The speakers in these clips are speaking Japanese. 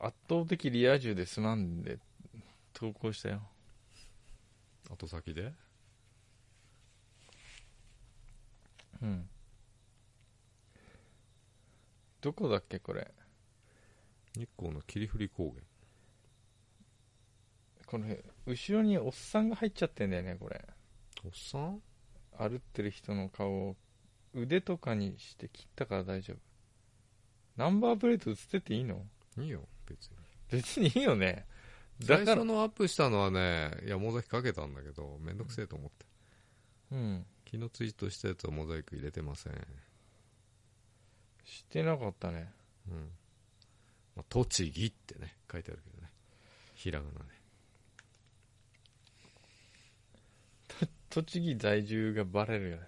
圧倒的リア充で済まんで投稿したよ後先でうんどこだっけこれ日光の霧降り高原この辺後ろにおっさんが入っちゃってんだよねこれおっさん歩ってる人の顔を腕とかにして切ったから大丈夫ナンバープレート映ってていいのいいよ別に別にいいよねだ最から初のアップしたのはねいやモザイクかけたんだけどめんどくせえと思ってうん昨日ツイートしたやつはモザイク入れてませんしてなかったねうん、まあ、栃木ってね書いてあるけどねひらがなで栃木在住がバレるよね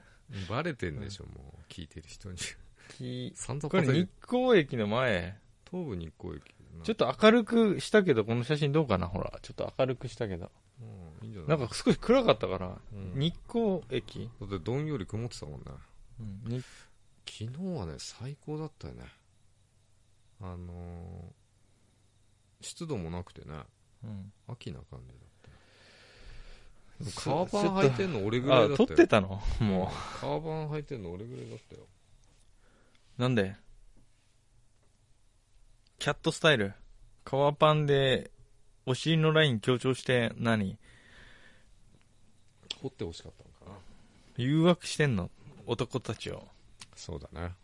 バレてんでしょ、もう聞いてる人に き散々これ稼い日で光駅の前東武日光駅ちょっと明るくしたけどこの写真どうかなほらちょっと明るくしたけどうんいいんじゃなないんか少し暗かったから、うん日光駅、だってどんより曇ってたもんねに昨日はね最高だったよねあのー湿度もなくてねうん秋な感じだ った革パン履いてんの俺ぐらいあだった撮よってたのも革パン履いてんの俺ぐらいだったようなんでキャットスタイル革パンでお尻のライン強調して何掘ってほしかったのかな誘惑してんの男たちをそうだね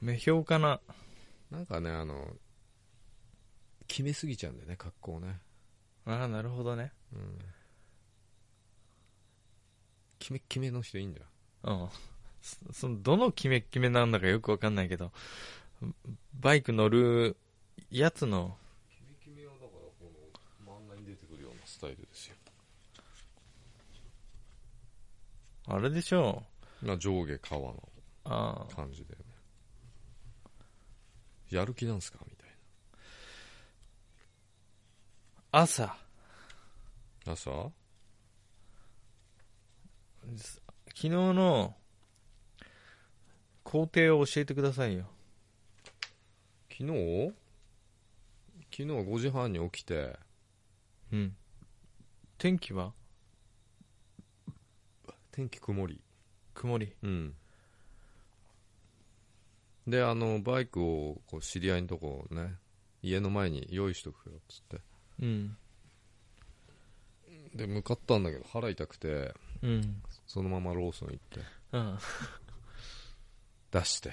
目標かななんかねあの決めすぎちゃうんだよね格好をね、ああなるほどねうん、決め決めの人いいんだようんそそのどのキメッキメなんだかよくわかんないけどバイク乗るやつの決め決めはだからこの漫画に出てくるようなスタイルですよあれでしょな上下川のうああ感じだよねやる気なんすかみたい朝な朝昨日の工程を教えてくださいよ昨日昨日5時半に起きてうん天気は天気曇り曇りうんであのバイクをこう知り合いのとこね家の前に用意しとくよっつってうんで向かったんだけど腹痛くてうんそのままローソン行ってうん出して、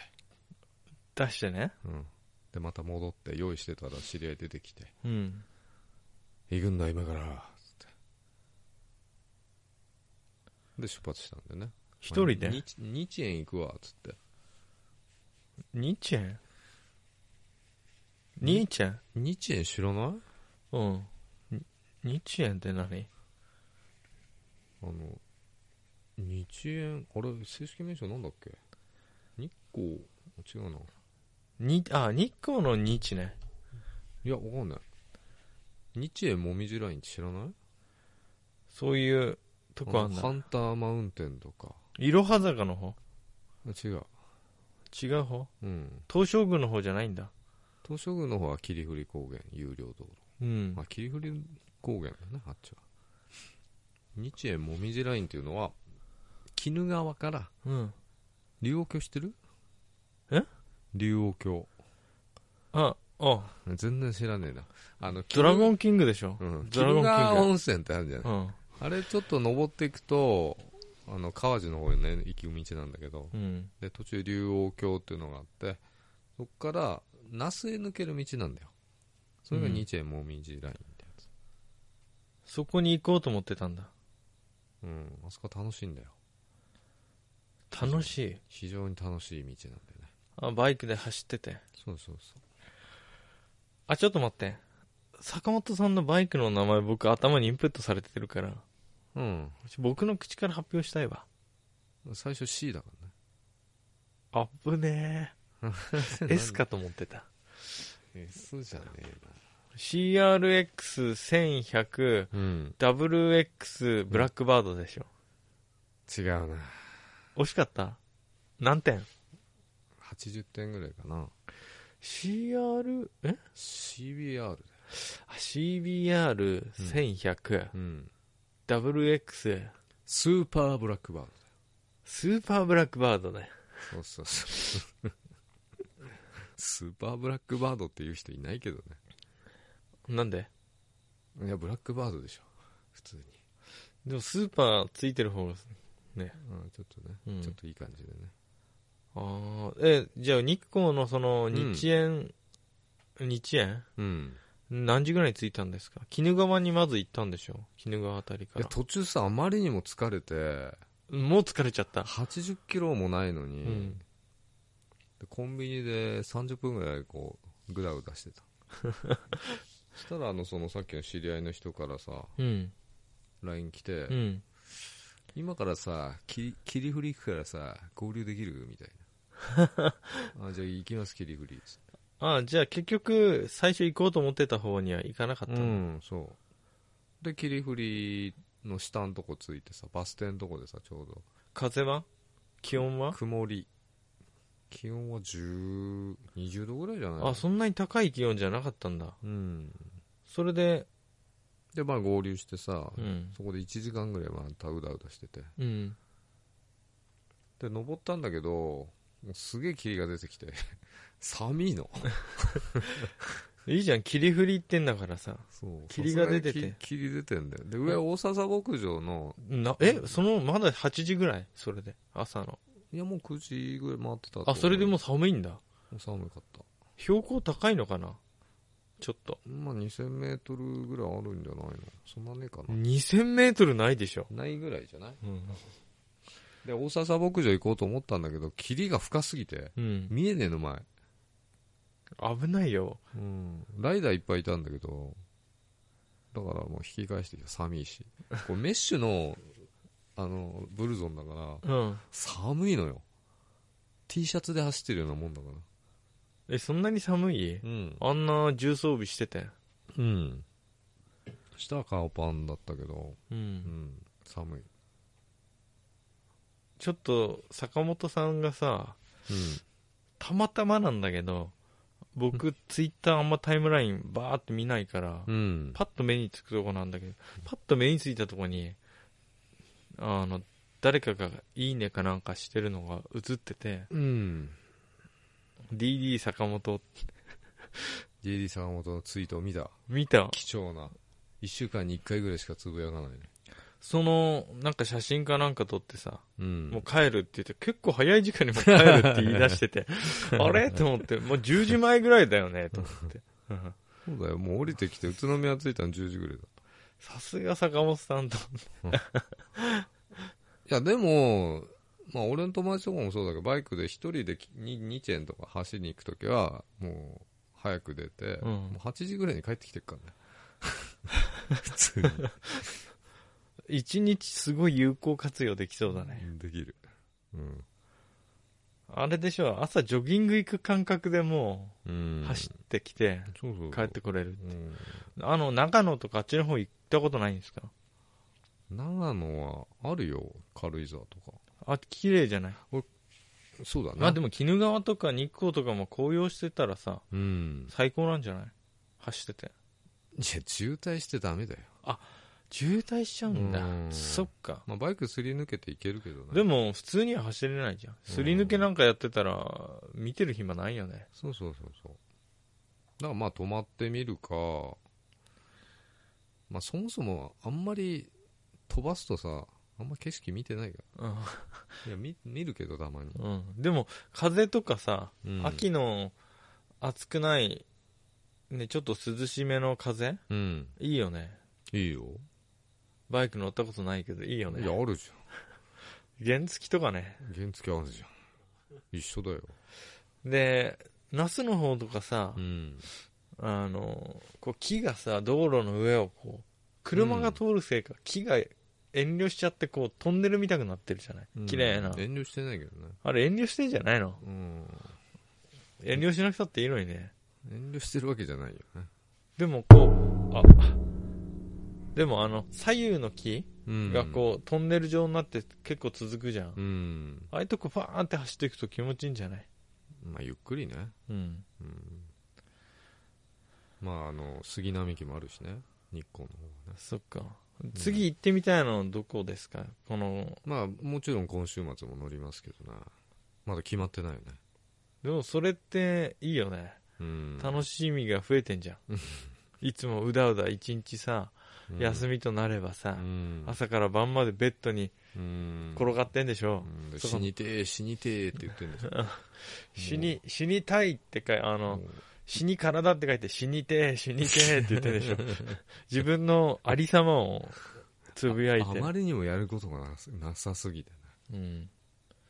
出してねうん、でまた戻って用意してたら知り合い出てきてうん「行くんだ今から」つってで出発したんだよね一人で日日園行くわっつってニーチェンニーチェン日園知らないうんにニーチェンって何あの日園あれ正式名称なんだっけ日光違うなにあ日光のニーチねいやわかんない日園もみじラインって知らないそういうとこあんのだハンターマウンテンとかいろは坂の方あ違う違う方うん東照宮の方じゃないんだ東照宮の方は霧降り高原有料道路、うんまあ、霧降り高原だねあっちは日園もみじラインっていうのは鬼怒川からうん竜王峡知ってるえ竜王峡ああ全然知らねえなあのドランゴンキングでしょうん、ドラゴンキング鬼怒川温泉ってあるじゃない、うんあれちょっと登っていくとあの川路の方にね行き道なんだけどうんで途中竜王峡っていうのがあってそこから那須へ抜ける道なんだよそれが日園もみじラインってやつそこに行こうと思ってたんだうん、あそこ楽しいんだよ楽しい非常に楽しい道なんだよねあバイクで走っててそうそうそあちょっと待って坂本さんのバイクの名前僕頭にインプットされてるからううん僕の口から発表したいわ最初 C だからねあぶねえ S かと思ってた S じゃねえ CRX1100WX なうんブラックバードでしょ違うな惜しかった何点80点ぐらいかな CR、え CBR だよあ ?CBR1100、うん。 WX、スーパーブラックバードスーパーブラックバードね。だよ。そうそうそう。スーパーブラックバードっていう人いないけどなんでね。いや、ブラックバードでしょ。普通に。でもスーパーついてる方が、うん、ちょっとね、うんちょっといい感じでね。ああ、え、じゃあ日光のそのん日円、日円うん。何時ぐらいに着いたんですか鬼怒川にまず行ったんでしょ鬼怒川あたりかいや、ら。途中さ、あまりにも疲れて、もう疲れちゃった。 80キロもないのに、うんでコンビニで30分ぐらいこうグダグダして たそしたらあのそのさっきの知り合いの人からさうん。 LINE 来て、うん。今からさき切り振り行くからさ合流できるみたい なあじゃあ行きます切り振りつってああ、じゃあ結局、最初行こうと思ってた方には行かなかったうの、んそうで切り振りの下のとこついてさバス停のとこでさちょうど風は気温は曇り気温は10 20度ぐらいじゃないあ、そんなに高い気温じゃなかったんだ。うんそれで、でまあ合流してさ、うん。そこで1時間ぐらいまたうだうだしててうん。で登ったんだけどもうすげえ霧が出て きて寒いのいいじゃん、霧降り行ってんだからさ。そう霧が出ててさすがにき霧出てんだよで上大笹牧場のな、え、その、まだ8時ぐらいそれで、朝の。いやもう9時ぐらい回ってたと思あ、うそれでもう寒いんだ。もう寒かった標高高いのかなちょっと。まあ2000メートルぐらいあるんじゃないのそんなねえかな、 2000メートルないでしょ。ないぐらいじゃないうん。で大笹牧場行こうと思ったんだけど霧が深すぎてうん。見えねえの前危ないよ。うんライダーいっぱいいたんだけど、だからもう引き返してきた、寒いし。 こうメッシュの、あの、ブルゾンだから、うん。寒いのよ。T シャツで走ってるようなもんだから。え、そんなに寒いうん。あんな重装備してて。うん。下は顔パンだったけど、う。うんん、寒い。ちょっと、坂本さんがさ、うたまたまなんだけど、僕、ツイッターあんまタイムラインバーって見ないから、ん。うん。パッと目につくとこなんだけど、パッと目についたとこに、あの、誰かがいいねかなんかしてるのが映ってて、うん。 DD 坂本 JD 坂本のツイートを見た。見た。貴重な。一週間に一回ぐらいしかつぶやかないね。その、なんか写真かなんか撮ってさ、うん。もう帰るって言って、結構早い時間にもう帰るって言い出 してて、あれと思って、もう10時前ぐらいだよね、と思って。うんそうだよ。もう降りてきて、宇都宮着いたの10時ぐらいだ。さすが坂本さんと。いや、でも、まあ、俺の友達とかもそうだけど、バイクで一人でに 2, チェーンとか走りに行くときは、もう、早く出て、うんもう8時ぐらいに帰ってきてるからね。普通に。一日すごい有効活用できそうだね。できる。うん。あれでしょ、朝ジョギング行く感覚でもうんう、走ってきて、そうそうそう帰ってこれる。うんあの、長野とかあっちの方行ったことないんですか長野はあるよ、軽井沢とか。あ、綺麗じゃない。そうだね。まあでも、鬼怒川とか日光とかも紅葉してたらさ、うん。最高なんじゃない走ってて。いや、渋滞してダメだよ。渋滞しちゃうんだうんそっかまあ、バイクすり抜けていけるけどね。でも普通には走れないじゃんすり抜けなんかやってたら見てる暇ないよねそうそうそうそうだからまあ泊まってみるかまあそもそもあんまり飛ばすとさあんま景色見てないかうん、らいや見見るけどたまに、でも風とかさ、うん秋の暑くない、ね、ちょっと涼しめの風うんいいよねいいよバイク乗ったことないけどいいよいやねあるじ原付きとかねゃん原付あるじゃん一緒だよで那須の方とかさ、うんあのこう木がさ道路の上をこう車が通るせいか、木が遠慮しちゃってこうトンネル見たくなってるじゃない綺麗な、遠慮してないけどねあれ遠慮してんじゃないのうん遠慮しなくたっていいのにね遠慮してるわけじゃないよねでもこうあでもあの左右の木うんがこうトンネル状になって結構続くじゃん、うんああいうとこファーンって走っていくと気持ちいいんじゃないまあゆっくりね、うん。うん、まああの杉並木もあるしね日光の方はねそっか。次行ってみたいのどこですかこの、まあもちろん今週末も乗りますけどなまだ決まってないよねでもそれっていいよね。うん楽しみが増えてんじゃ ん。いつもうだうだ一日さ、休みとなればさう、ん朝から晩までベッドにうん転がってんでしょ。うんでそ死こにてえ死にてえって言ってるんでし ょ死に、死にたいって書いあもの、う死に体って書いて死にてえ、死にてえって言って るでしょ。自分のありさまをつぶやいあて。まりにもやることがなさなさすぎてね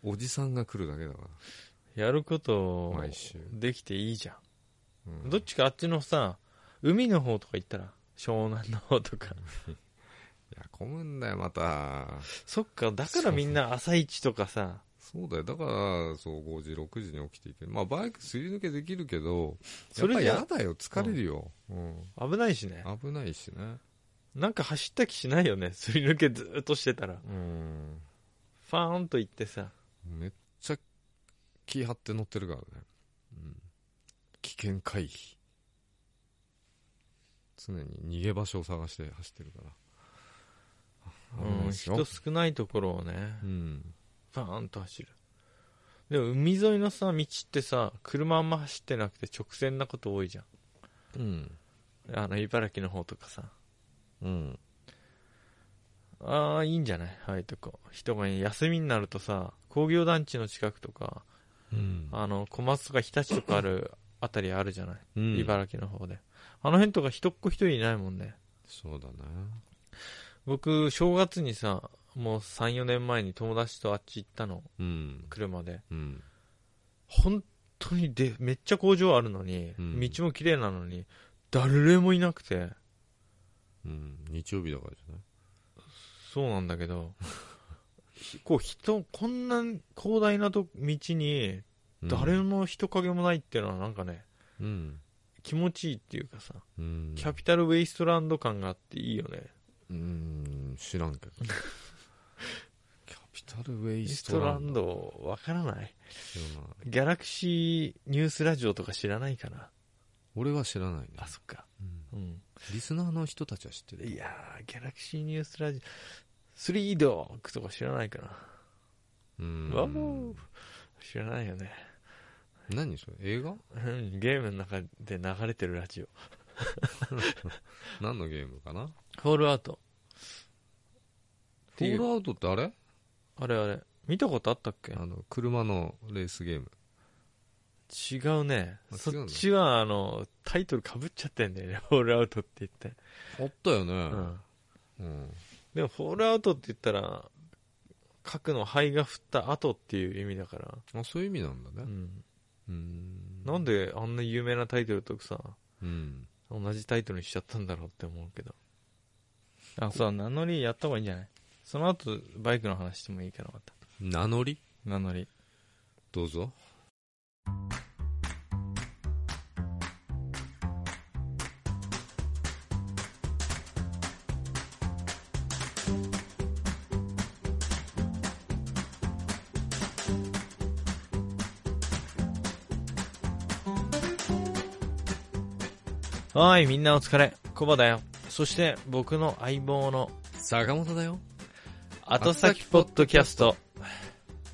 うん。おじさんが来るだけだかやることらを毎週、できていいじゃん。うんどっちかあっちのさ、海の方とか行ったら、湘南の方とか。いや混むんだよまたそっか、だからみんな朝一とかさ、そうだよだからそう5時6時に起きていけるまあバイクすり抜けできるけどやそっぱれじやゃだよ疲れるよ、うん危ないしね。危ないしねなんか走った気しないよね。 すり抜けずーっとしてたら。うんファーンと行ってさ。めっちゃ気張って乗ってるからね、うん、危険回避常に逃げ場所を探して走ってるからあ危ないうん、ですよ人少ないところをね、うんバーンと走る。でも海沿いのさ、道ってさ、車あんま走ってなくて直線なこと多いじゃん。うんあの、茨城の方とかさ。うんああ、いいんじゃないああいうとこ。人がいい休みになるとさ、工業団地の近くとか、うんあの、小松とか日立とかあるあたりあるじゃない、うん茨城の方で。あの辺とか人っ子一人いないもんね。そうだね僕、正月にさ、もう3、4年前に友達とあっち行ったの、うん車で。うん本当にで、めっちゃ工場あるのに、うん道も綺麗なのに、誰もいなくて、うん日曜日だからじゃないそうなんだけ ど、ひこう人、こんな広大なと道に、うん誰の人影もないっていうのはなんかね、うん気持ちいいっていうかさ、うんキャピタルウェイストランド感があっていいよね。うん知らん けどキャピタルウェウェイイスストトラランンドド、わからない。知らないギャラクシーニュースラジオとか知らないかな。俺は知らないねあ、そっか。うんうん。リスナーの人たちは知ってるいやー、ギャラクシーニュースラジオ、スリードックとか知らないかな。うんわお知らないよね。何それ映画うんゲームの中で流れてるラジオ。何のゲームかなフォールアウト。フォールアウトってあれあれあれ。見たことあったっけあの車のレースゲーム違うね。あ違うそっのちは、あの、タイトルかぶっちゃってんだよね。フ ォールアウトって言って。あったよねうん。うんでも、フォールアウトって言ったら、核の灰が降った後っていう意味だから。あそういう意味なんだうねん。うんなんであんな有名なタイトルとさ、うん同じタイトルにしちゃったんだろうって思うけど。あ、そう、名乗りやった方がいいんじゃないその後、バイクの話してもいいから、また。名乗り名乗り。どうぞはーい、みんなお疲れ。コバだよ。そして、僕の相棒の坂本だよ後先ポッドキャスト。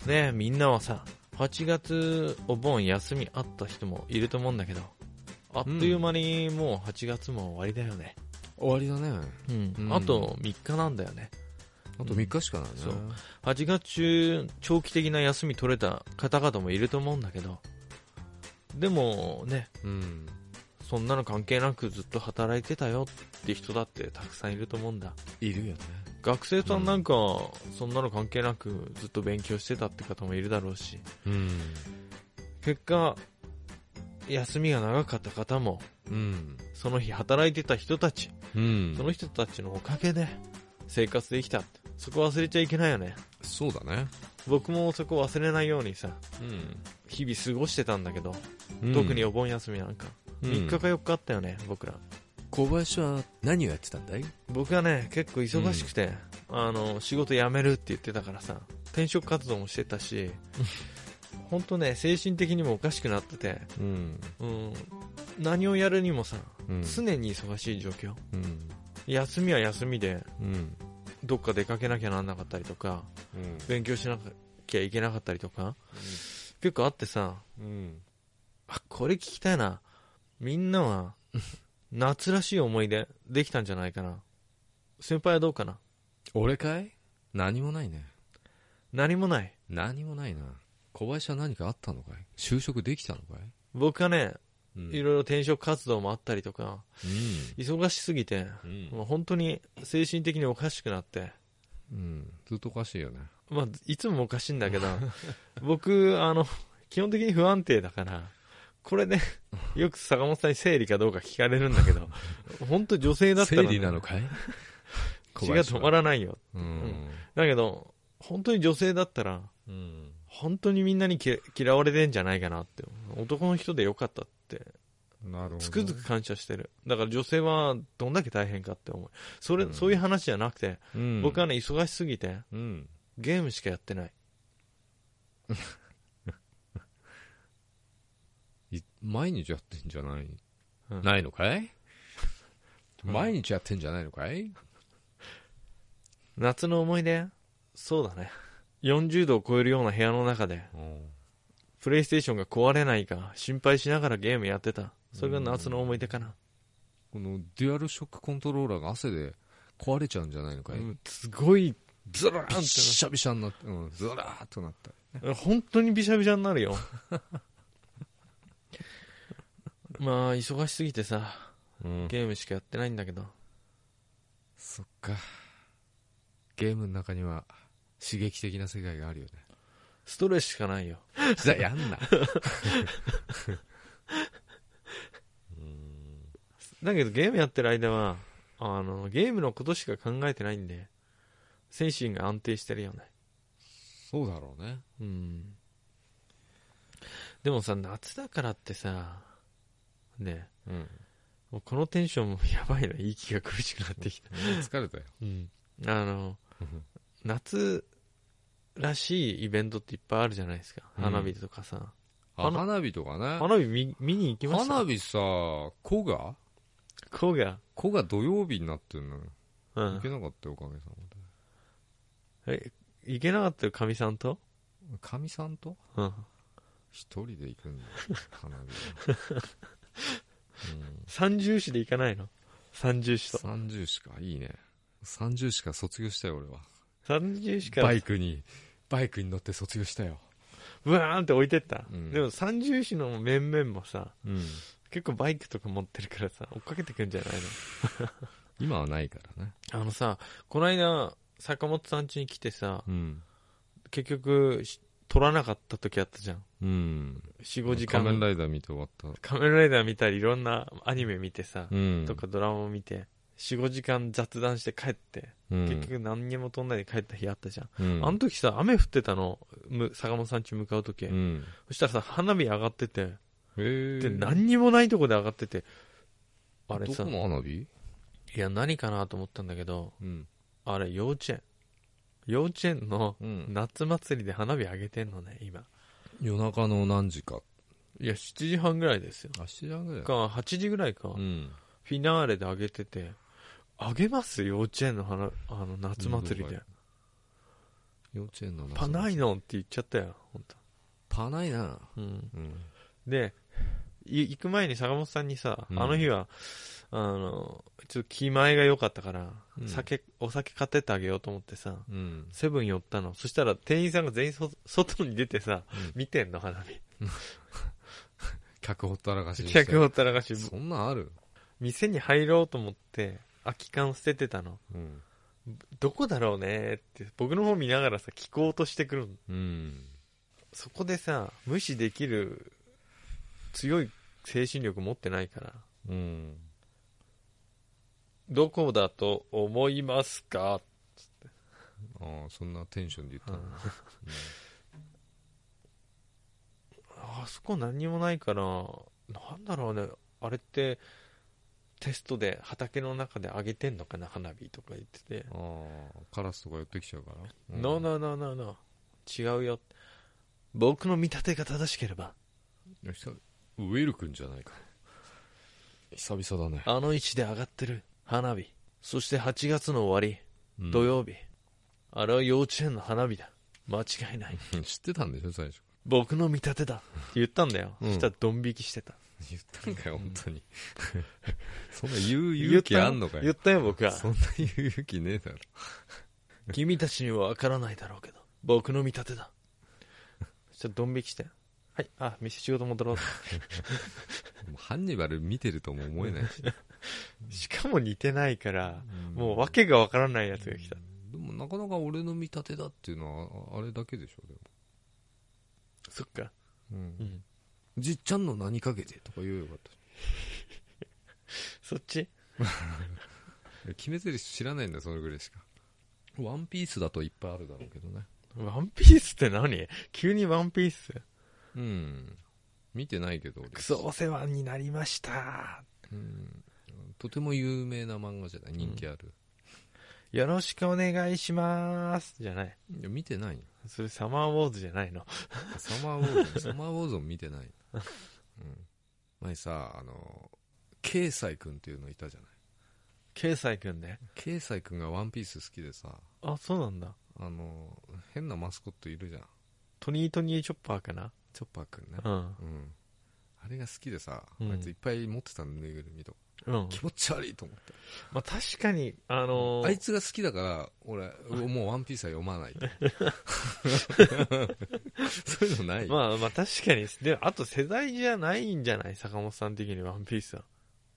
ねえ、みんなはさ、8月お盆休みあった人もいると思うんだけど、あっという間にもう8月も終わりだよね。終わりだねうん。うんあと3日なんだよね。あと3日しかないねそう8月中、長期的な休み取れた方々もいると思うんだけど、でもね、うんそんなの関係なくずっと働いてたよって人だってたくさんいると思うんだ。いるよね学生さんなんか、そんなの関係なくずっと勉強してたって方もいるだろうし、うん結果、休みが長かった方も、うんその日働いてた人たち、うんその人たちのおかげで生活できたって。そこ忘れちゃいけないよね。そうだね僕もそこ忘れないようにさ、う日々過ごしてたんだけど、ん特にお盆休みなんか。うん3日か4日あったよね、僕ら。小林は何をやってたんだい僕はね、結構忙しくて、あの、仕事辞めるって言ってたからさ、転職活動もしてたし、本当ね、精神的にもおかしくなってて、うんうん、何をやるにもさ、うん常に忙しい状況。うん休みは休みで、うんどっか出かけなきゃなんなかったりとか、うん勉強しなきゃいけなかったりとか、結構あってさ、うんあ、これ聞きたいな。みんな は、夏らしい思い出、できたんじゃないかな。先輩はどうかな俺かい何もないね何もない。何もないな小林は何かあったのかい就職できたのかい僕はね、うんいろいろ転職活動もあったりとか、う忙しすぎて、んうんもう本当に精神的におかしくなって、うんずっとおかしいよねまあ、いつもおかしいんだけ ど、僕、あの、基本的に不安定だから、これね、よく坂本さんに生理かどうか聞かれるんだけ ど、本当女性だったら生ね、理なのかい血が止まらないよ。うんだけど、本当に女性だったら、うん本当にみんなにき嫌われてんじゃないかなって。男の人でよかったって、なるほどつくづく感謝してる。だから女性はどんだけ大変かって思う。それ、うんそういう話じゃなくて、うん僕はね、忙しすぎて、うんゲームしかやってない。い毎日やってんじゃないうんないのかいうん毎日やってんじゃないのかい夏の思い出そうだね。40度を超えるような部屋の中で、うんプレイステーションが壊れないか心配しながらゲームやってた。それが夏の思い出かな。このデュアルショックコントローラーが汗で壊れちゃうんじゃないのかいうんすごい、ズラーンってびっしゃびしゃになってうんズラーっとなった本当にびしゃびしゃになる よ。まあ、忙しすぎてさ、 うんゲームしかやってないんだけど。そっかゲームの中には刺激的な世界があるよねストレスしかないよ。じゃあやんなだけどゲームやってる間は、あの、ゲームのことしか考えてないんで、精神が安定してるよね。そうだろうねうん。でもさ、夏だからってさ、ね、うんもうこのテンションもやばいな、息が苦しくなってきた。疲れたようん。あの、夏らしいイベントっていっぱいあるじゃないですか。うん花火とかさ。あ花花火とかね花火見見に行きました。花火さ子がこうが。子が土曜日になってんのよう行んけ。なかったよおかげさえ、行けなかったよ、かみさんと。までかみさんとうん。一人で行くんだよ花火 うん三重市で行かないの三重市と。三十しかいいね三十しか卒業したよ俺は三重市からバイクにバイクに乗って卒業したよブワーンって置いてった。うんでも三重市の面々もさ、うん結構バイクとか持ってるからさ、追っかけてくんじゃない今はないからねのあのさ、この間、坂本さん家に来てさ、うん結局、し撮らなかった時あったじゃん。うん4、5時間。仮面ライダー見て終わった仮面ライダー見たり、いろんなアニメ見てさ、うんとかドラマ見て、4、5時間雑談して帰って、うん結局何にも撮んないで帰った日あったじゃん。うんあの時さ、雨降ってたの、む坂本さん家向かう時、うんそしたらさ、花火上がってて、へえで、何にもないとこで上がってて、あれさ、どこいの花火や、何かなと思ったんだけど、うんあれ、幼稚園。幼稚園のうん夏祭りで花火上げてんのね、今。夜中の何時かいや、7時半ぐらいですよ。あ7時半ぐらいか、8時ぐらいか。うんフィナーレであげてて、あげます幼稚園の花、あの、夏祭り運動で。幼稚園のパないいのって言っちゃったよ、本パないな当うん。うんで、い行く前に坂本さんにさ、うんあの日は、あの、ちょっと気前が良かったから、うん酒、お酒買ってってあげようと思ってさ、うんセブン寄ったの。そしたら店員さんが全員そ外に出てさ、うん見てんの、花火。客ほったらかしにして客をたらかし、そんなんある店に入ろうと思って、空き缶捨ててたの。うんどこだろうねって、僕の方見ながらさ、聞こうとしてくるの。うんそこでさ、無視できる強い精神力持ってないから、うんどこだと思いますか、ああそんなテンションで言ったうんのあそこ何にもないから、なんだろうね、あれって、テストで畑の中で上げてんのかな、花火とか言ってて、ああカラスとか寄ってきちゃうから No, no, no, no, no. 違うよ。僕の見立てが正しければ、いや久々ウェル君じゃないか久々だねあの位置で上がってる花火。そして8月の終わり、うん土曜日。あれは幼稚園の花火だ。間違いない。知ってたんでしょ最初僕の見立てだ。言ったんだよ。うんそしたらドン引きしてた。言ったんかよ本当に そんな言う勇気あんのか言よったよ、僕は。そんな言う勇気ねえだろ 君たちには分からないだろうけど、僕の見立てだ。そしたらドン引きして。はい、あ、店仕事戻ろう。もうハンニバル見てるとも思えないし、 しかも似てないから、もう訳が分からないやつが来た。でもなかなか俺の見立てだっていうのはああれだけでしょでもそっか。うんうん。じっちゃんの何かけてとか言えばよかったそっち決めてる知らないんだよそれぐらいしかワンピースだといっぱいあるだろうけどねワンピースって何急にワンピースうん見てないけど俺クソお世話になりました。うんとても有名な漫画じゃない人気ある、よろしくお願いします。じゃない。いや見てないよそれサマーウォーズじゃないの。サマーウォーズ サマーウォーズも見てない、うん、前さあのケイサイ君っていうのいたじゃないケイくんね。ケイサイ君がワンピース好きでさあ、そうなんだ。あの変なマスコットいるじゃんトニートニーチョッパーかなチョッパー君ねうん。うんあれが好きでさ、うんあいついっぱい持ってたのぬいぐるみとかうん。気持ち悪いと思ってまあ、確かに、あのーあいつが好きだから、俺、もうワンピースは読まない。 そういうのない、まあまあ確かに。で、あと世代じゃないんじゃない坂本さん的にワンピースは。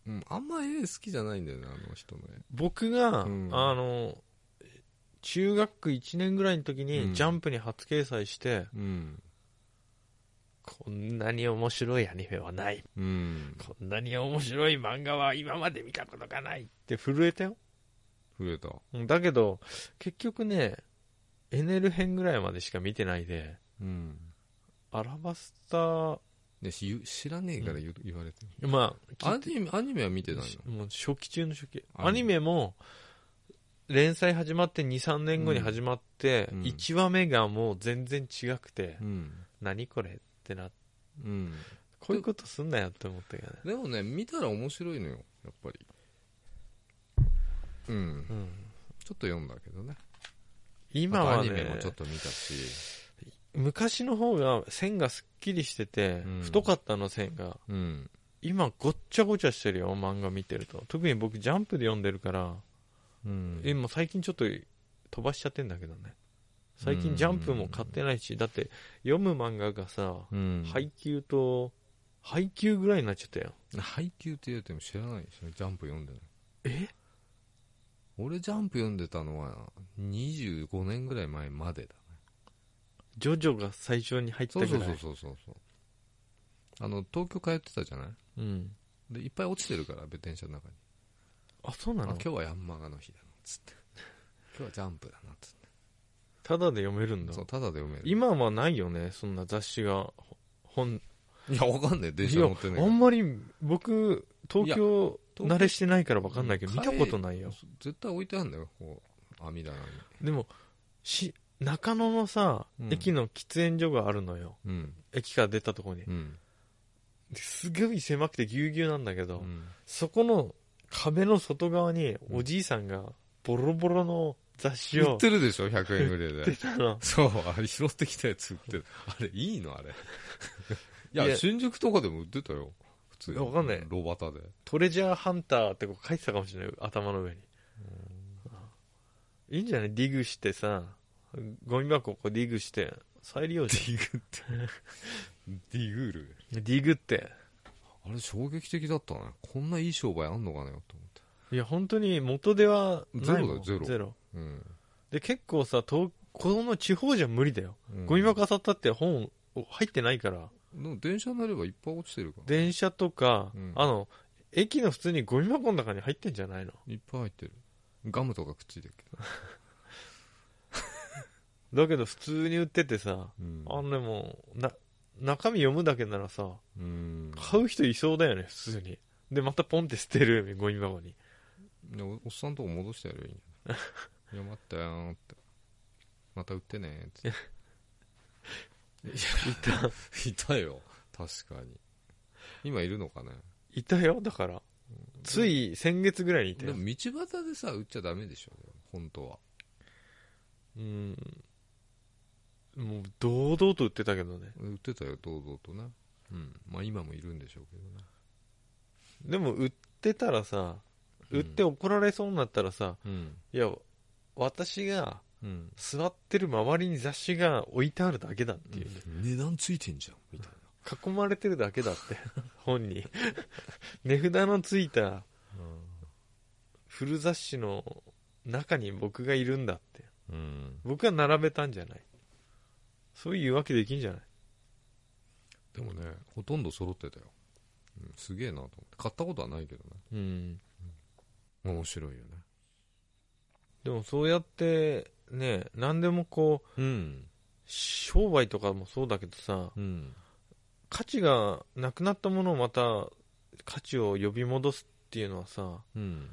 うん、あんま絵好きじゃないんだよね、あの人の僕が、うんあのー中学1年ぐらいの時うにんジャンプに初掲載して、絵。うん。こんなに面白いアニメはない。うん。こんなに面白い漫画は今まで見たことがないって震えたよ。震えた。うんだけど、結局ね、エネル編ぐらいまでしか見てないで、うん。アラバスター、でしゆ知らねえから言,、言われてる。まあ、きアニメ、アニメは見てないしもう初期中の初期。アアニニメメも、連載始まって2、3年後に始まって、うん1話目がもう全然違くて、の。うん。何これってな、うん。こういうことすんなよって思ったけどね。でもね、見たら面白いのよ、やっぱり。うん。ちょうっん、と読んだけどね。今はあねとアニメもちょっと見たし。昔の方が線がすっきりしてて、うん太かったの線が。うん。今ごっちゃごちゃしてるよ漫画見てると特に僕ジャンプで読んでるから、うんえもう最近ちょっと飛ばしちゃってんだけどね最近ジャンプも買ってないし、だって読む漫画がさ、うん。配給と配給ぐらいになっちゃったよ配給って言うても知らないしねジャンプ読んでないえ俺ジャンプ読んでたのは25年ぐらい前までだジョジョが最初に入ったそうぐらそいうそうそうそうそうあの東京通ってたじゃないうん、でいっぱい落ちてるから別電車の中にあそうあな今の日はヤンマガの日だなつって 今日はジャンプだなつってただで読めるんだそうただで読める今はないよねそんな雑誌がほ本いやわかんない電い車や乗ってないあからんまり僕東京いや慣れしてないから分かんないけど見たことないよ絶対置いてあるんだよこう網棚にでもし中野のさ、うん駅の喫煙所があるのようん駅から出たとこにうんすごい狭くてぎゅうぎゅうなんだけど、うんそこの壁の外側におじいさんがボロボロの雑誌売をってるでしょ100円ぐらいで 出たのそう、あれ拾ってきたやつ売ってる。あれ、いいのあれ。いや、いや新宿とかでも売ってたよ。普通に。わかんないロバタで。トレジャーハンターってこう書いてたかもしれない頭の上にいいんじゃないディグしてさゴミ箱をこうディグして再利用デしィグって。ディグール。ディグってあれ、衝撃的だったね。こんないい商売あんのかなよ、と思って。いや本当に元手はないもんゼロだよゼロゼロうん。で結構さ東この地方じゃ無理だよ、うんゴミ箱漁ったって本入ってないからでも電車になればいっぱい落ちてるから。電車とか、うんあの駅の普通にゴミ箱の中に入ってんじゃないのいっぱい入ってる。ガムとかくっついてるけど。だけど普通に売っててさうんあんでもな中身読むだけならさうん。買う人いそうだよね普通にでまたポンって捨てるゴミ箱にでおおっさんとこ戻してやればいいんじゃないいや、待ったよーって。また売ってねーって。いたよ確かに今いるのかねいたよ、だから。つい先月ぐらいにいたでよも。道端でさ売っちゃダメでしょ本当はうん。もう、堂々と売ってたけどね。売ってたよ堂々とねうんまあ今もいるんでしょうけでどねも、売ってたらさ、売って怒られそうになったらさ、うんいや、私がうん座ってる周りに雑誌が置いてあるだけだっていう。値段ついてんじゃんみたい囲まれてるだけだって、 本に。値札のついたな古雑誌の中に僕がいるんだって。うん僕が並べたんじゃない。そういうわけできんじゃないでもねほとんど揃ってたよ、うんすげえなと思って買ったことはないけどねうん。面白いよねでもそうやってね何でもこううん商売とかもそうだけどさうん価値がなくなったものをまた価値を呼び戻すっていうのはさうん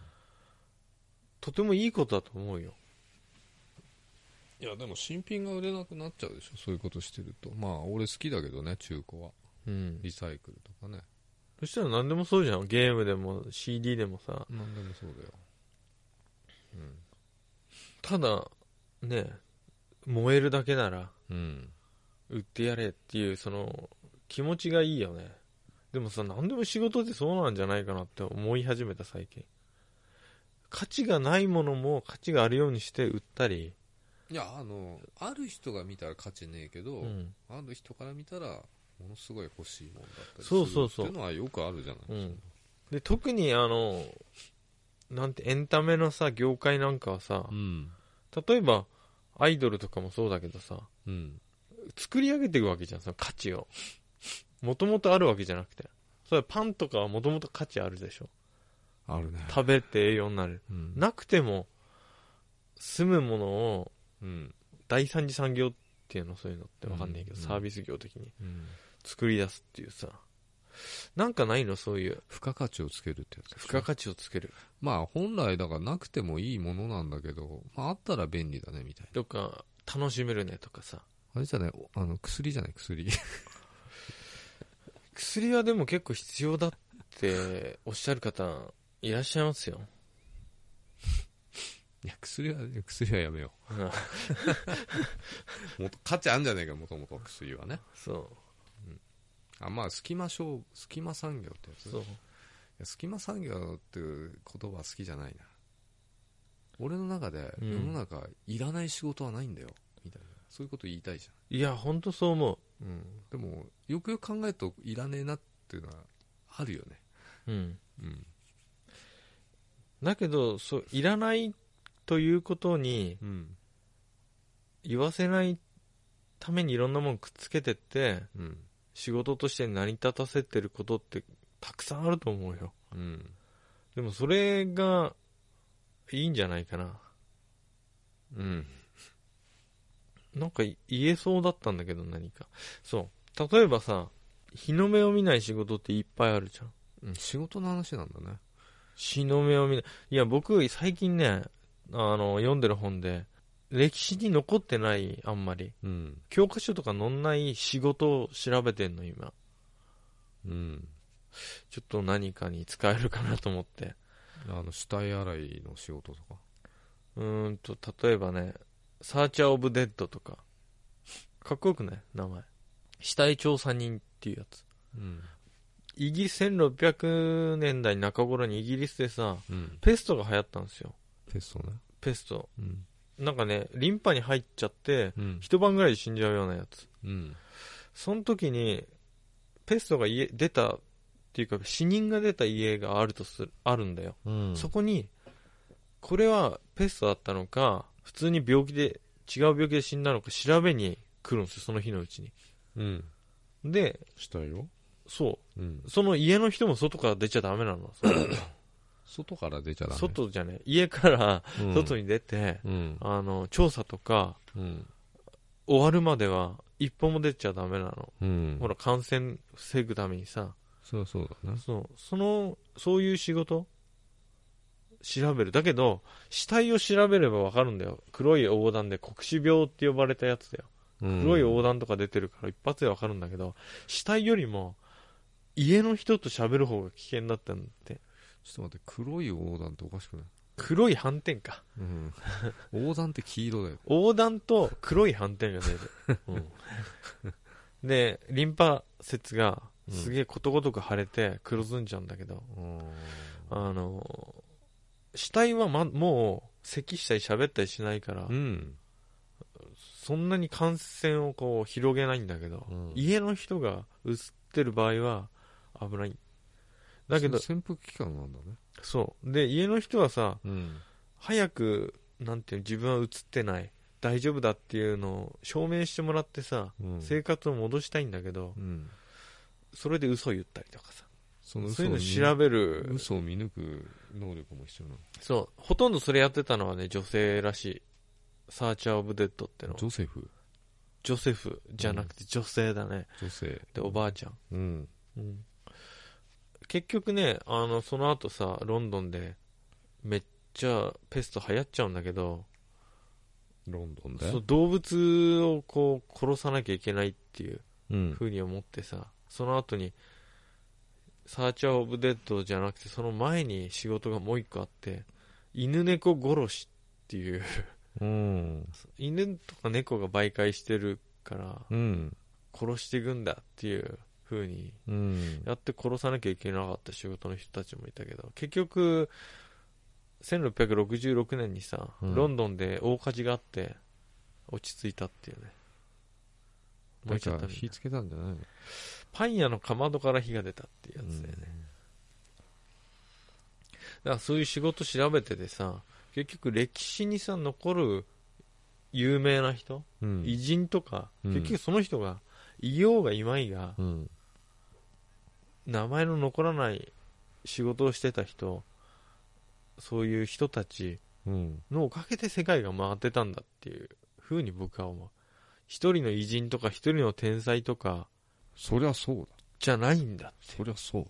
とてもいいことだと思うよいやでも新品が売れなくなっちゃうでしょそういうことしてるとまあ俺好きだけどね中古はうんリサイクルとかねそしたら何でもそうじゃんゲームでも CD でもさ何でもそうだよただね燃えるだけならうんうん売ってやれっていうその気持ちがいいよねでもさ何でも仕事ってそうなんじゃないかなって思い始めた最近価値がないものも価値があるようにして売ったりいやあのある人が見たら価値ねえけど、うんある人から見たらものすごい欲しいもんだったりすそるうそうそうっていうのはよくあるじゃない、うんで特にあのなんてエンタメのさ業界なんかはさうん例えばアイドルとかもそうだけどさうん作り上げていくわけじゃんその価値をもともとあるわけじゃなくてそれパンとかはもともと価値あるでしょあるね食べて栄養になるうんなくても住むものをうん第三次産業っていうのそういうのってわかんないけど、うんサービス業的にうん作り出すっていうさなんかないのそういう付加価値をつけるってやつでしょ付加価値をつけるまあ本来だからなくてもいいものなんだけど、まあ、あったら便利だねみたいなとか楽しめるねとかさあれじゃないおあの薬じゃない薬 薬はでも結構必要だっておっしゃる方いらっしゃいますよいや薬はいや薬はやめよ うもっと価値あるんじゃないかもともと薬はねそあまあ隙間商隙間産業ってやつうそねういや隙間産業っていう言葉は好きじゃないな俺の中でうん世の中いらない仕事はないんだよ、みたいなそういうこと言いたいじいや本当そう思ゃん、でもよくよく考えるといらねえなっていうのはあるよねううんうんだけどそういらないということにうん言わせないためにいろんなもんくっつけてってうん仕事として成り立たせてることってたくさんあると思うようんでもそれがいいんじゃないかなうんなんかい言えそうだったんだけど何かそう例えばさ日の目を見ない仕事っていっぱいあるじゃん仕事の話なんだね日の目を見ないいや僕最近ねあの読んでる本で歴史に残ってないあんまりうん教科書とか載んない仕事を調べてんの今うんちょっと何かに使えるかなと思ってあの死体洗いの仕事とかうーんと例えばね「サーチャー・オブ・デッド」とかかっこよくない名前死体調査人っていうやつうんイギリス1600年代中頃にイギリスでさうんペストが流行ったんですよペストねペストうんなんかねリンパに入っちゃってうん一晩ぐらいで死んじゃうようなやつうんその時にペストが家出たっていうか死人が出た家があるとするあるんだよ、うんそこにこれはペストだったのか普通に病気で違う病気で死んだのか調べに来るんですよその日のうちにうんで死体をそうんうその家の人も外から出ちゃダメなのその外から出ちゃダメ外じゃね家からうん外に出て、うんあの調査とかうん終わるまでは一歩も出ちゃダメなの、うんほら感染防ぐためにさそりゃそうだねそうそのそういう仕事調べるだけど死体を調べればわかるんだよ黒い横断で黒死病って呼ばれたやつだようん黒い横断とか出てるから一発でわかるんだけど、死体よりも、家の人と喋る方が危険だったんだって。ちょっと待って黒い横断っておかしくない、黒い斑点か。うん、 横断って黄色だよ横断と黒い斑点が出る。 うん、で、リンパ節がすげえことごとく腫れて黒ずんじゃうんだけど、あの、死体は、ま、もう、咳したり喋ったりしないからう、ん、そんなに感染をこう広げないんだけど、うん家の人が映ってる場合は危ない。だけど、潜伏期間なんだねそう。で、家の人はさ、うん早く、なんていうの自分は映ってない、大丈夫だっていうのを証明してもらってさ、うん生活を戻したいんだけど、うんそれで嘘言ったりとかさ、そのそう嘘いうをの見調べる。嘘を見抜く能力も必要なそう。ほとんどそれやってたのはね、女性らしい。サーチャー・オブ・デッドってのの。ジ。ョセフジョセフじゃなくて女性だね。女性で、おばあちゃん。うんうん結局ねあのその後さロンドンでめっちゃペスト流行っちゃうんだけどロンドンでそう動物をこう殺さなきゃいけないっていううん風に思ってさ、その後にサーチャー・オブ・デッドじゃなくてその前に仕事がもう一個あって犬猫殺しっていううん犬とか猫が媒介してるからうん殺していくんだっていう風にうんやって殺さなきゃいけなかった仕事の人たちもいたけど結局1666年にさ、うんロンドンで大火事があって落ち着いたっていうね燃なえんちゃったかみた火いなつけたんじゃないのパン屋のかまどから火が出たっていうやつだよね、だからそういう仕事調べててさ結局歴史にさ残る有名な人、うん偉人とか、うん結局その人がいようがいまいが、うん名前の残らない仕事をしてた人そういう人たちうんのおかげで世界が回ってたんだっていうふうに僕は思う一人の偉人とか一人の天才とかそりゃそうだじゃないんだそりゃそうだ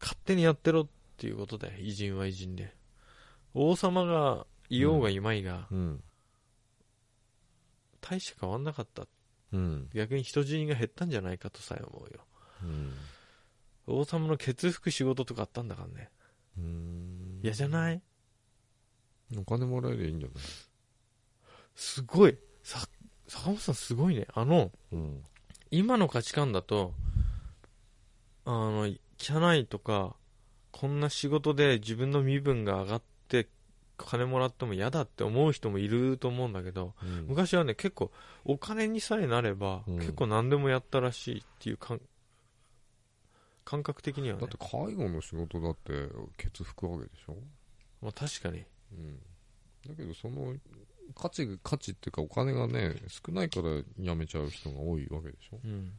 勝手にやってろっていうことだよ偉人は偉人で王様がいようがいまいが、うん大して変わんなかったうん逆に人死にが減ったんじゃないかとさえ思うようん王様の血拭く仕事とかあったんだからねうん嫌じゃないお金もらえりゃいいんじゃないすごいさ坂本さんすごいねあのうん今の価値観だとあの汚いとかこんな仕事で自分の身分が上がって金もらっても嫌だって思う人もいると思うんだけどうん昔はね結構お金にさえなれば、うん結構何でもやったらしいっていうかん感覚的にはねだって介護の仕事だってケツ拭くわけでしょまあ、確かにうんだけどその価値が価値っていうかお金がね少ないから辞めちゃう人が多いわけでしょうん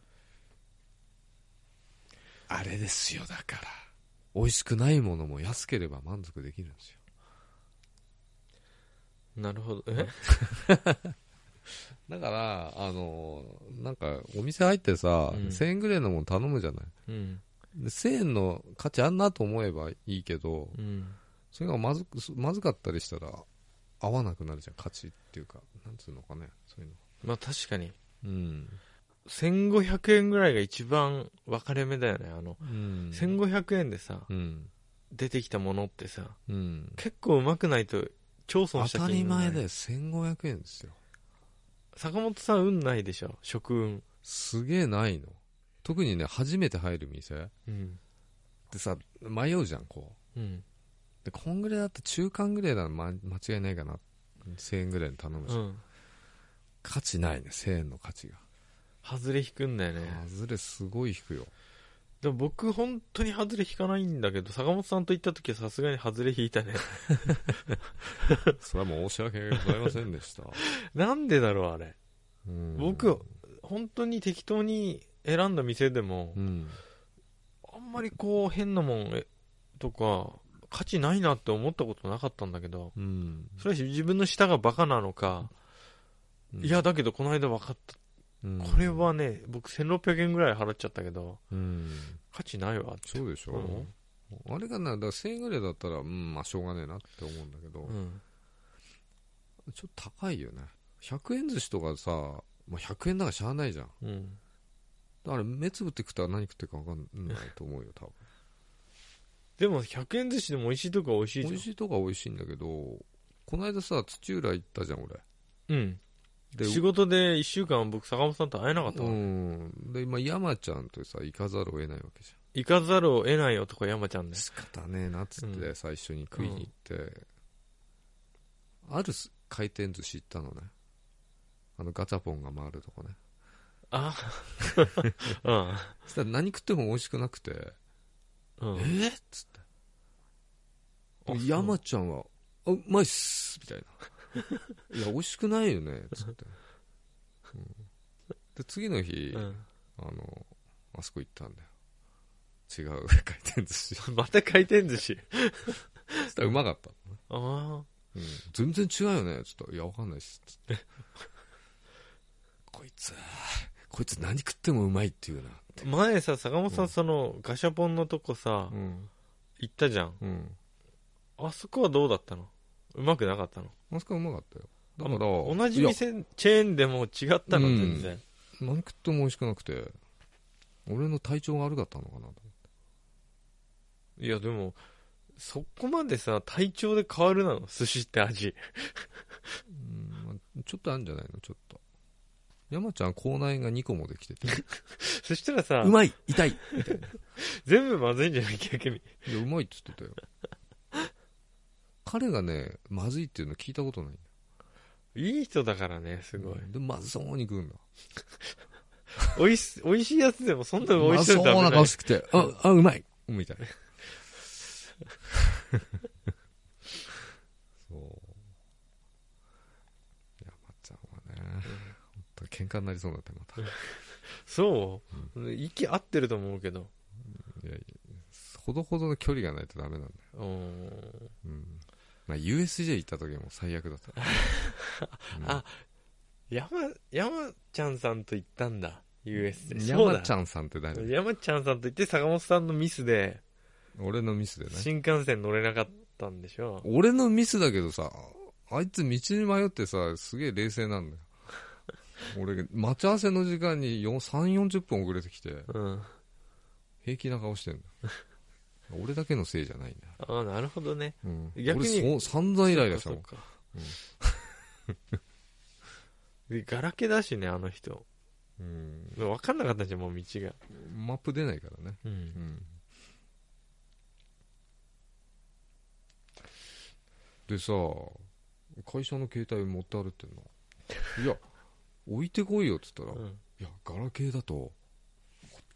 あれですよだから美味しくないものも安ければ満足できるんですよなるほどえだからあのなんかお店入ってさ、うん1000円ぐらいのもの頼むじゃないうんで1000円の価値あんなと思えばいいけどうんそれがまずくまずかったりしたら合わなくなるじゃん価値っていうかなんつうのかねそういうのまあ確かにうん、 1500円ぐらいが一番分かれ目だよねあの、うん1500円でさ、うん出てきたものってさうん結構うまくないと超損当した気たりにならない前だよ1500円ですよ坂本さん運ないでしょ食運すげえないの特にね初めて入る店っうんてさ迷うじゃんこううんでこんぐらいだって中間ぐらいなら、ま、間違いないかな1000円ぐらいに頼むじうゃん、ん価値ないね1000円の価値が外れ引くんだよね外れすごい引くよでも僕本当に外れ引かないんだけど坂本さんと行った時はさすがに外れ引いたね それは申し訳ございませんで した、なんでだろうあれうん僕本当に適当に選んだ店でもうんあんまりこう変なもんえとか価値ないなって思ったことなかったんだけどうんそれは自分の舌がバカなのか、いや、だけどこの間分かったうんこれはね、僕1600円ぐらい払っちゃったけど、うん価値ないわって。そうでしょ、あれがなだから1000円ぐらいだったらうんまあしょうがねえなって思うんだけど、うん。ちょっと高いよね100円寿司とかさまあ、100円なんかしゃあないじゃんうん。だから目つぶって食ったら何食ってるか分かんないと思うよ多分でも、100円寿司でも美味しいとこは美味しいじゃん。美味しいとこは美味しいんだけどこの間さ土浦行ったじゃん俺うん。で仕事で1週間僕、坂本さんと会えなかったわ、うんで今山ちゃんとさ行かざるを得ないわけじ行かざるを得ない男、山ちゃんゃんね。仕方ねえなっつって、う最初に食いに行って、あるす回転寿司行ったのねあのガチャポンが回るとこねあ うん。そしたら何食っても美味しくなくて、うんえーっつってあそう山ちゃんは「あうまいっす」みたいな「いや美味しくないよね」つって、うんで次の日、うんあのあそこ行ったんだよ違う回転寿司また回転寿 司。そしたらうまかった、ああ。うん全然違うよね」つって「いやわかんないっす」つってこいつこいつ何食ってもうまいっていうなって前さ、坂本さうんん、その、ガシャポンのとこさ、うん行ったじゃん。うんあそこはどうだったのうまくなかったのあそこはうまかったよだから同同じ店、チェーンでも違ったの、うん全然。何食っても美味しくなくて俺の体調が悪かったのかなといや、でも、そこまでさ、体調で変わるなの寿司って 味。うんまあちょっとあるんじゃないのちょっと山ちゃん口内炎が2個もできて てそしたらさう、まい痛 い全部まずいんじゃない逆に。いやうまいって言ってたよ彼がねまずいっていうの聞いたことないいい人だからね、すごい。でまずそうに食うんだおいし、美味しいやつでもそんな美ま味しずそうそうに食べなない顔。しててああうまいみ たいなそう山ちゃんはね本当に喧嘩になりそうになってま たそう息合ってると思うけど。いやいやほどほどの距離がないとダメなんだよ、うーん。うんまあ、USJ 行った時も最悪 だった、うんあ山、山ちゃんさんと行ったんだ。US で。山ちゃゃんさんって誰山ちゃんさんと行って坂本さんのミスで、俺のミスでね新幹線乗れなかったんでしょ。俺のミスだけどさあいつ道に迷ってさすげえ冷静なんだよ俺待ち合わせの時間に3四4 0分遅れてきてうん。平気な顔してんだ俺だけのせいじゃないんだ、ああ、なるほどね。うん、逆に俺そう散々イライラしたそもっんか そっかガラケだしね、あの人。うん分かんなかったじゃん、もう道が。マップ出ないからねうんでさ会社の携帯持って歩いてんのいや置いてこいよっつったら「いやガラケーだとこ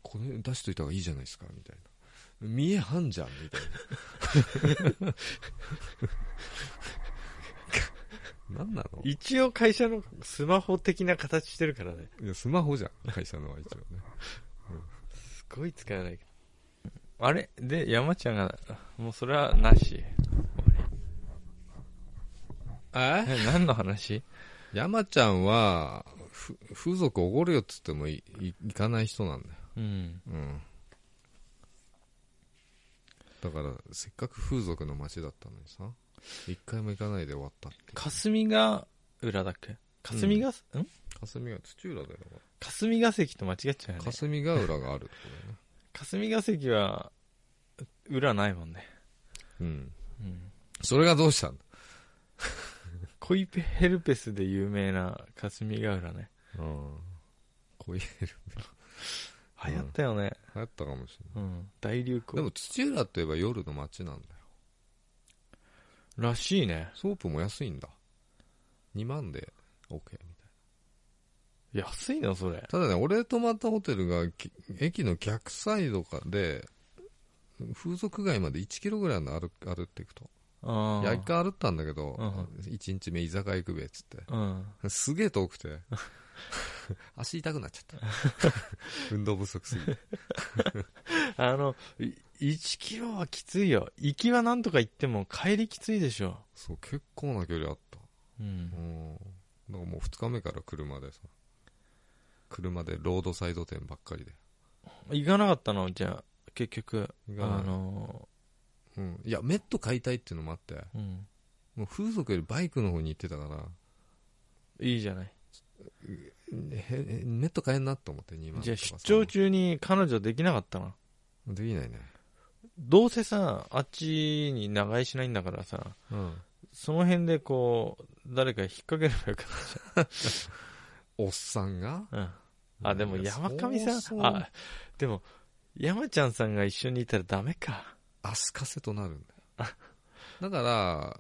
これ出しといた方がいいじゃないですか」みたいな「見えはんじゃん」みたいななんなの一応会社のスマホ的な形してるからね。いやスマホじゃん会社のは一応ねすごい使えないけど。あれで、山ちゃんが、もうそれはなし。ええ何の話山ちゃんはふ風俗おごるよっつってもいい行かない人なんだようん。うんだからせっかく風俗の街だったのにさ一回も行かないで終わったっていう霞が浦だっけ霞が、ん霞が土浦だよ霞が関と間違っちゃうよね。霞ヶ浦があるとこ霞が関は、裏ないもんね。だよねうんうん。それがどうしたんだコイペヘルペスで有名な霞ヶ浦ね。うんこういう流行ったよね。流行ったかもしれうん。大流行。ないでも土浦といえば夜の街なんだよらしいね。ソープも安いんだ2万で OK みたいな安いのそれ。ただね、俺泊まったホテルがき駅の逆サイドかで、風俗街まで1キロぐらいの歩く歩っていくと。あいや、あ。一回歩ったんだけど、うんうん1日目居酒屋行くべっつっうん。て。すげえ遠くて。 足痛くなっちゃった。 運動不足すぎて。あの、い1キロはきついよ。行きはなんとか行っても帰りきついでしょ。そう、結構な距離あった。う。うんん。だからもう2日目から車でさ。車でロードサイド店ばっかりで。行かなかったのじゃあ、結局。行かないあのうん。いや、メット買いたいっていうのもあって、ー、うん。もう風俗よりバイクの方に行ってたから、いいじゃない。へネット買えんなと思って2万じゃあとか出さ張中に彼女できなかったな。できないねどうせさ、あっちに長居しないんだからさ、うんその辺でこう、誰か引っ掛ければよかっおっさんがた。うん。あ、でもいや山上さん、そうそうあ、でも、山ちゃんさんが一緒にいたらダメか。足かせとなるんだよだから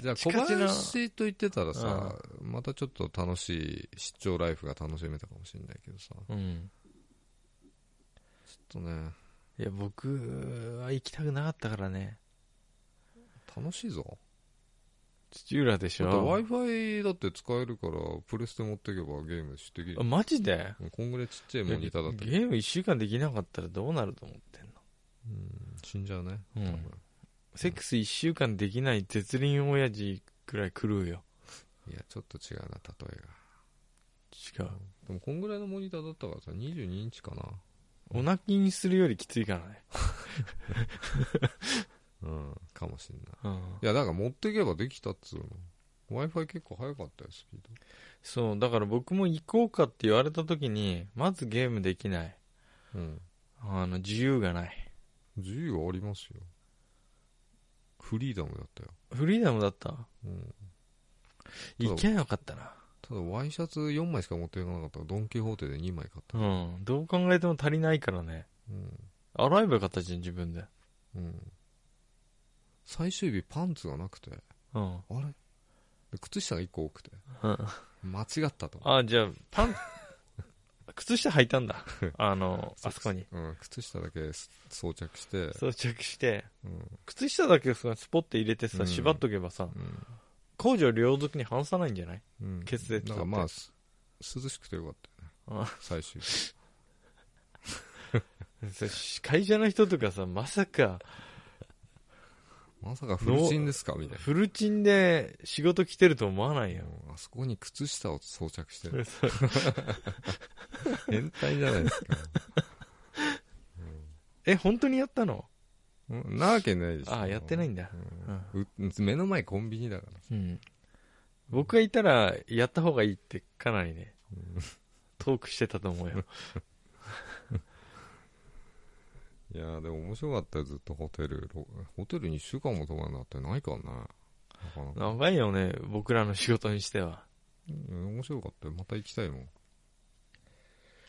じゃあチ小カチな林と言ってたらさまたちょっと楽しい出張ライフが楽しめたかもしれないけどさちょうん。っとねいや、僕は行きたくなかったからね。楽しいぞ土浦でしだってょ。 Wi-Fi だって使えるからプレステ持ってけばゲームしてできるあマジでもうこんぐらいちっちゃいモニターだったらゲーム1週間できなかったらどうなると思ってんのうん死んじゃうねうん多分セックス1週間できない絶倫親父くらい狂うよ。いやちょっと違うな例え違がう。でもこんぐらいのモニターだったからさ22インチかお泣きにするよりきついからね。なうんかもしんないうん。いやだから持ってけばできたっつうの w i f i 結構早かったよスピードそう、だから僕も行こうかって言われた時に、まずゲームできない。うんあの、自由がない。自由はありますよフリーダムだったよ、フリーダムだったうん、行けなかったな。ただワイシャツ4枚しか持っていかなかったからドン・キホーテで2枚買った、うん。どう考えても足りないからね。うん洗えばよかったじゃん、自分で。うん、最終日パンツがなくてうん。あれで靴下が1個多くてうん間違ったと思あ、じゃあ、パン、 靴下履いた んだ。あの、そうあそこに。う、うん、靴下だけ装着して、装着して、うん靴下だけさスポッて入れてうさ、ん縛っとけばさ、うん工女両属に反さないんじゃないうん、血液だってなんかまあす涼しくてよかったよね最終日 そうし会社の人とかさ、まさか、まさかフルチンですかみたいなフルチンで仕事来てると思わないよ。うんあそこに靴下を装着してそうる 変態じゃないですか、え、本当にやったのうんなわけないでしょあやってないんだ。うんう目の前コンビニだからうん。僕がいたら、やった方がいいってかなりね、トークしてたと思うよ。いやーでも面白かったよずっとホテルろホテルに1週間も泊まるなんてないからねなかなか長いよね、僕らの仕事にしては。うん面白かったよまた行きたいもん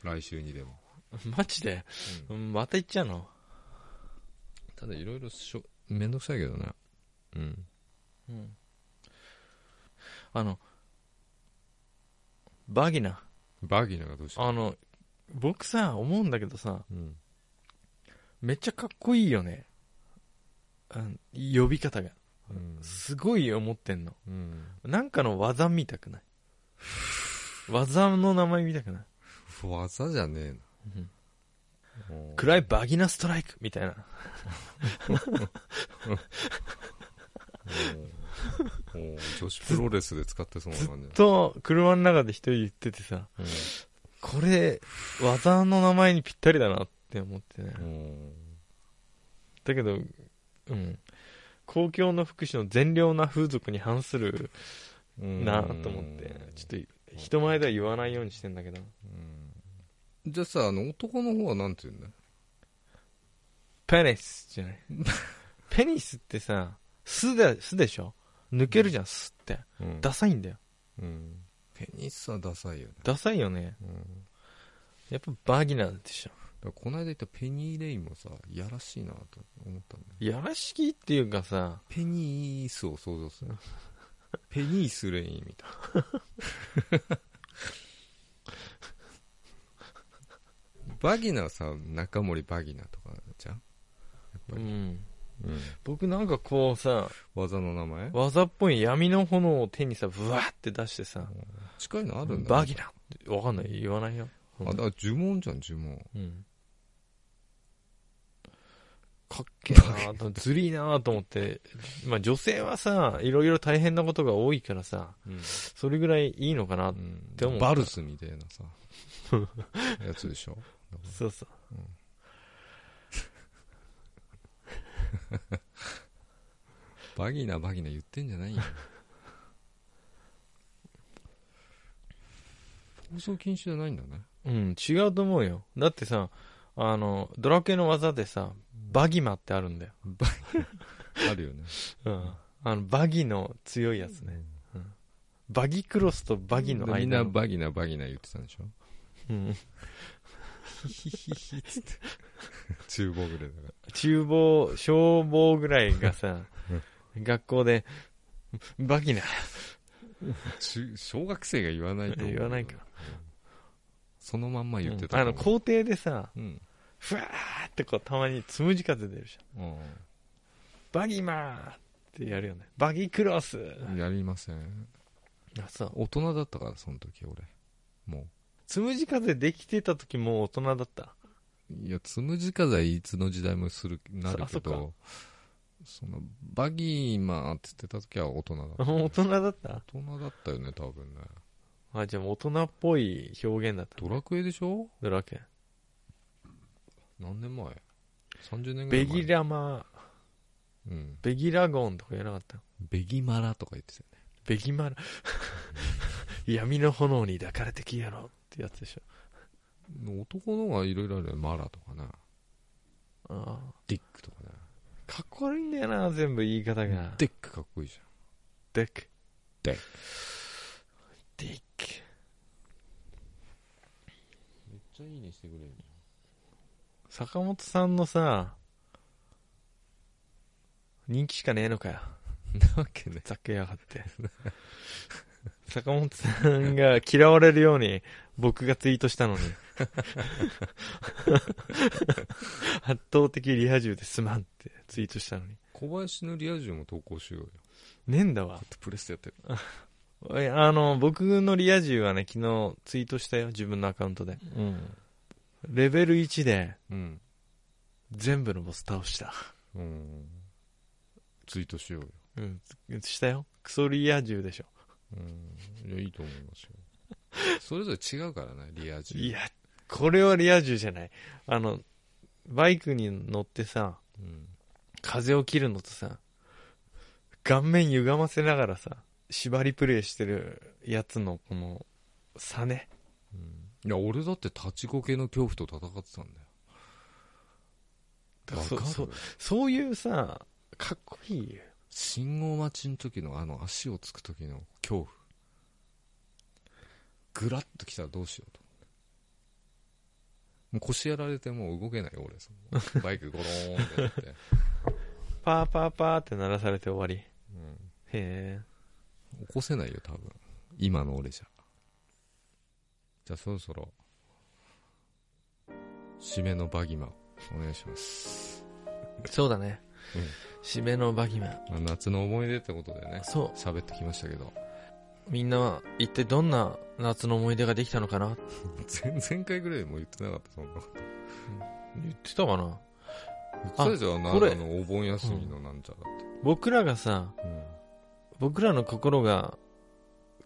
来週にでも、マジで、うんまた行っちゃうのただいろいろしょめんどくさいけどねうんうんあの、バギナ。バギナがどうしたあの、僕さ、思うんだけどさ、うんめっちゃかっこいいよね。うん、呼び方が。うんすごい思ってんの。うんなんかの技見たくない。技の名前見たくない。技じゃねえな暗いバギナストライクみたいな。おーおー女子プロレスで使ってそうな感じと、車の中で一人言っててさ、これ、技の名前にぴったりだなって思ってね。うんだけど、うん。公共の福祉の善良な風俗に反するうんなと思って、ちょっと人前では言わないようにしてんだけど、うんじゃあさあの男の方はなんて言うんだペニスじゃ ない。ペニスってさ、すで、すでしょ抜けるじゃん、すって。うんダサいんだよ。うんペニスはダサいよねダサいよね。うんだかやっぱバギナでしょ。らこの間言ったペニー・レインもさやらしいなと思ったんだよやらしきっていうかさ、ペニースを想像す るペニース・レインみたい なバギナはさ中森バギナとかじゃんうん。うん僕なんかこうさ、技の名前 技っぽい闇の炎を手にさ、ブワーって出してさ、近いのあるんだバギナってわかんない、言わないよ。あだから呪文じゃん呪文うん。かっけえなと、ずりいなと思って。まあ女性はさ、いろいろ大変なことが多いからさ、それぐらいいいのかな。うんでもバルスみたいなさやつでしょだからそうそう。バギナバギナ言ってんじゃないよ 放送禁止じゃないんだね。うん、違うと思うよ。だってさ、あの、ドラクエの技でさ、バギマってあるんだよ。あるよね。うん。あの、バギの強いやつね。うんバギクロスとバギのでみん間なの。バギナバギナ言ってたんでしょうん。厨房ぐらいだか厨房、消防ぐらいがさ、学校で、バギナら。中小学生が言わないと思う。言わないか。そのまんま言ってたうんあとの、思う。校庭でさ、うん。ふわーってこう、たまにつむじ風出るじゃん。バギマーってやるよね。バギクロスうん。やりません。あ、そう。大人だったから、その時俺。もつむじ風できてた時もう大人だった。 う。いや、つむじ風はいつの時代もする、なるあそけっかど、その、バギーマンって言ってた時は大人だ った。大人だった大人だったよね、多分ね。あ、じゃあ大人っぽい表現だった。ドラクエでしょドラケン。何年前 ?30 年ぐらベい前。ギラマー、うん。ベギラゴンとかやらなかったベギマラとか言ってたよね。ベギ マラ。闇の炎に抱かれてきやろってやつでしょ。男の方がいろいろあるよね。マラとかね。ああディックとかね。かっこ悪いんだよな、全部言い方が。デックかっこいいじデック。デック。デック。ゃん。めっちゃいいねしてくれるじ坂本さんのさ、人気しかねえのかよ。ゃん。なわけね。ざけやがって。坂本さんが嫌われるように僕がツイート したのに。圧倒的リア充ですまんってツイートしたのに。小林のリア充も投稿しようよ。ねえんだわ。プレステやってる。おいあの、僕のリア充はね、昨日ツイートしたよ。自分のアカウントで。うん。レベル1でうん。全部のボス倒した。うん。ツイートしようよ。うん、したよ。クソリア充でしょ。うん。いや、いいと思います よ。それぞれ違うからね、リア充。いや、これはリア充じゃない。あの、バイクに乗ってさ、うん。風を切るのとさ、顔面歪ませながらさ、縛りプレイしてるやつのこの差ね。うん。いや、俺だって立ちこけの恐怖と戦ってたんだよ。だからわかそるそそういうさ、かっこいいよ。信号待ちの時のあの足をつく時の恐怖ぐらっと来たらどうしようと思ってもう腰やられてもう動けないよ俺そ のバイクゴローンってなって、パーパーパーって鳴らされて終わり。へえ。うん、起こせないよ多分今の俺じゃじゃあそろそろ締めのバギマお願いしますそうだね。うん締めのバギマン。まあ夏の思い出ってことでねそ喋ってきましたけど う。みんなは一体どんな夏の思い出ができたのかな前々回ぐらいも言ってなかったそんなこと言ってたかな言ってたじゃんなこれあのお盆休みのなんちゃらって僕らがさ、僕らの心が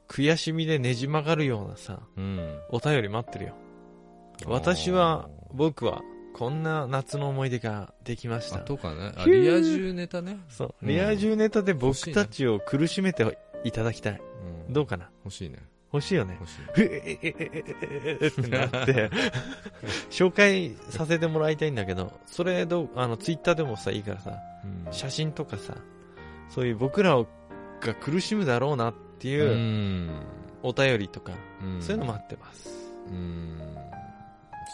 悔しみでねじ曲がるようなさ、うん、お便り待ってるよ。私は、僕は、こんな夏の思い出ができましあた。とかねあヒューリア充ネタね、そう。うんリア充ネタで僕たちを苦しめていただきたい。うん、どうかな欲しいね欲しいよね。欲しいふえええええってなって、紹介させてもらいたいんだけど、それどう、あの、ツイッターでもさ、いいからさ、うん写真とかさ、そういう僕らをが苦しむだろうなってう、いうんお便りとか、うん、そういうの待ってます。うん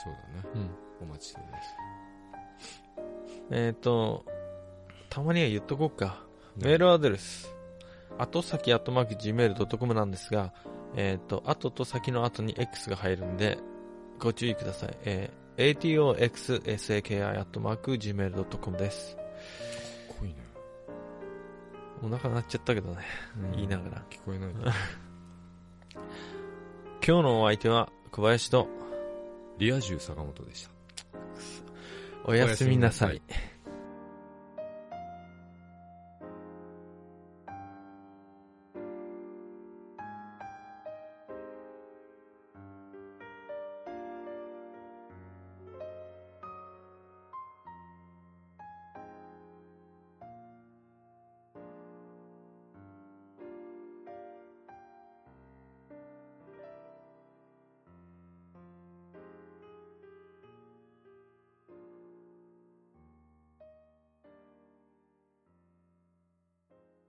そうだねうん。お待ちしてますえっ、と、たまには言っとこうか。メールアドレス、後先後マーク gmail.com なんですが、えっ、と、後と先の後に X が入るんで、ご注意ください。えー、atoxsaki 後マーク gmail.com です。かっこいいね、お腹鳴っちゃったけどね、うん言いながら。聞こえないね今日のお相手は小林とリア充坂本でしたおやすみなさおやすみいなさい。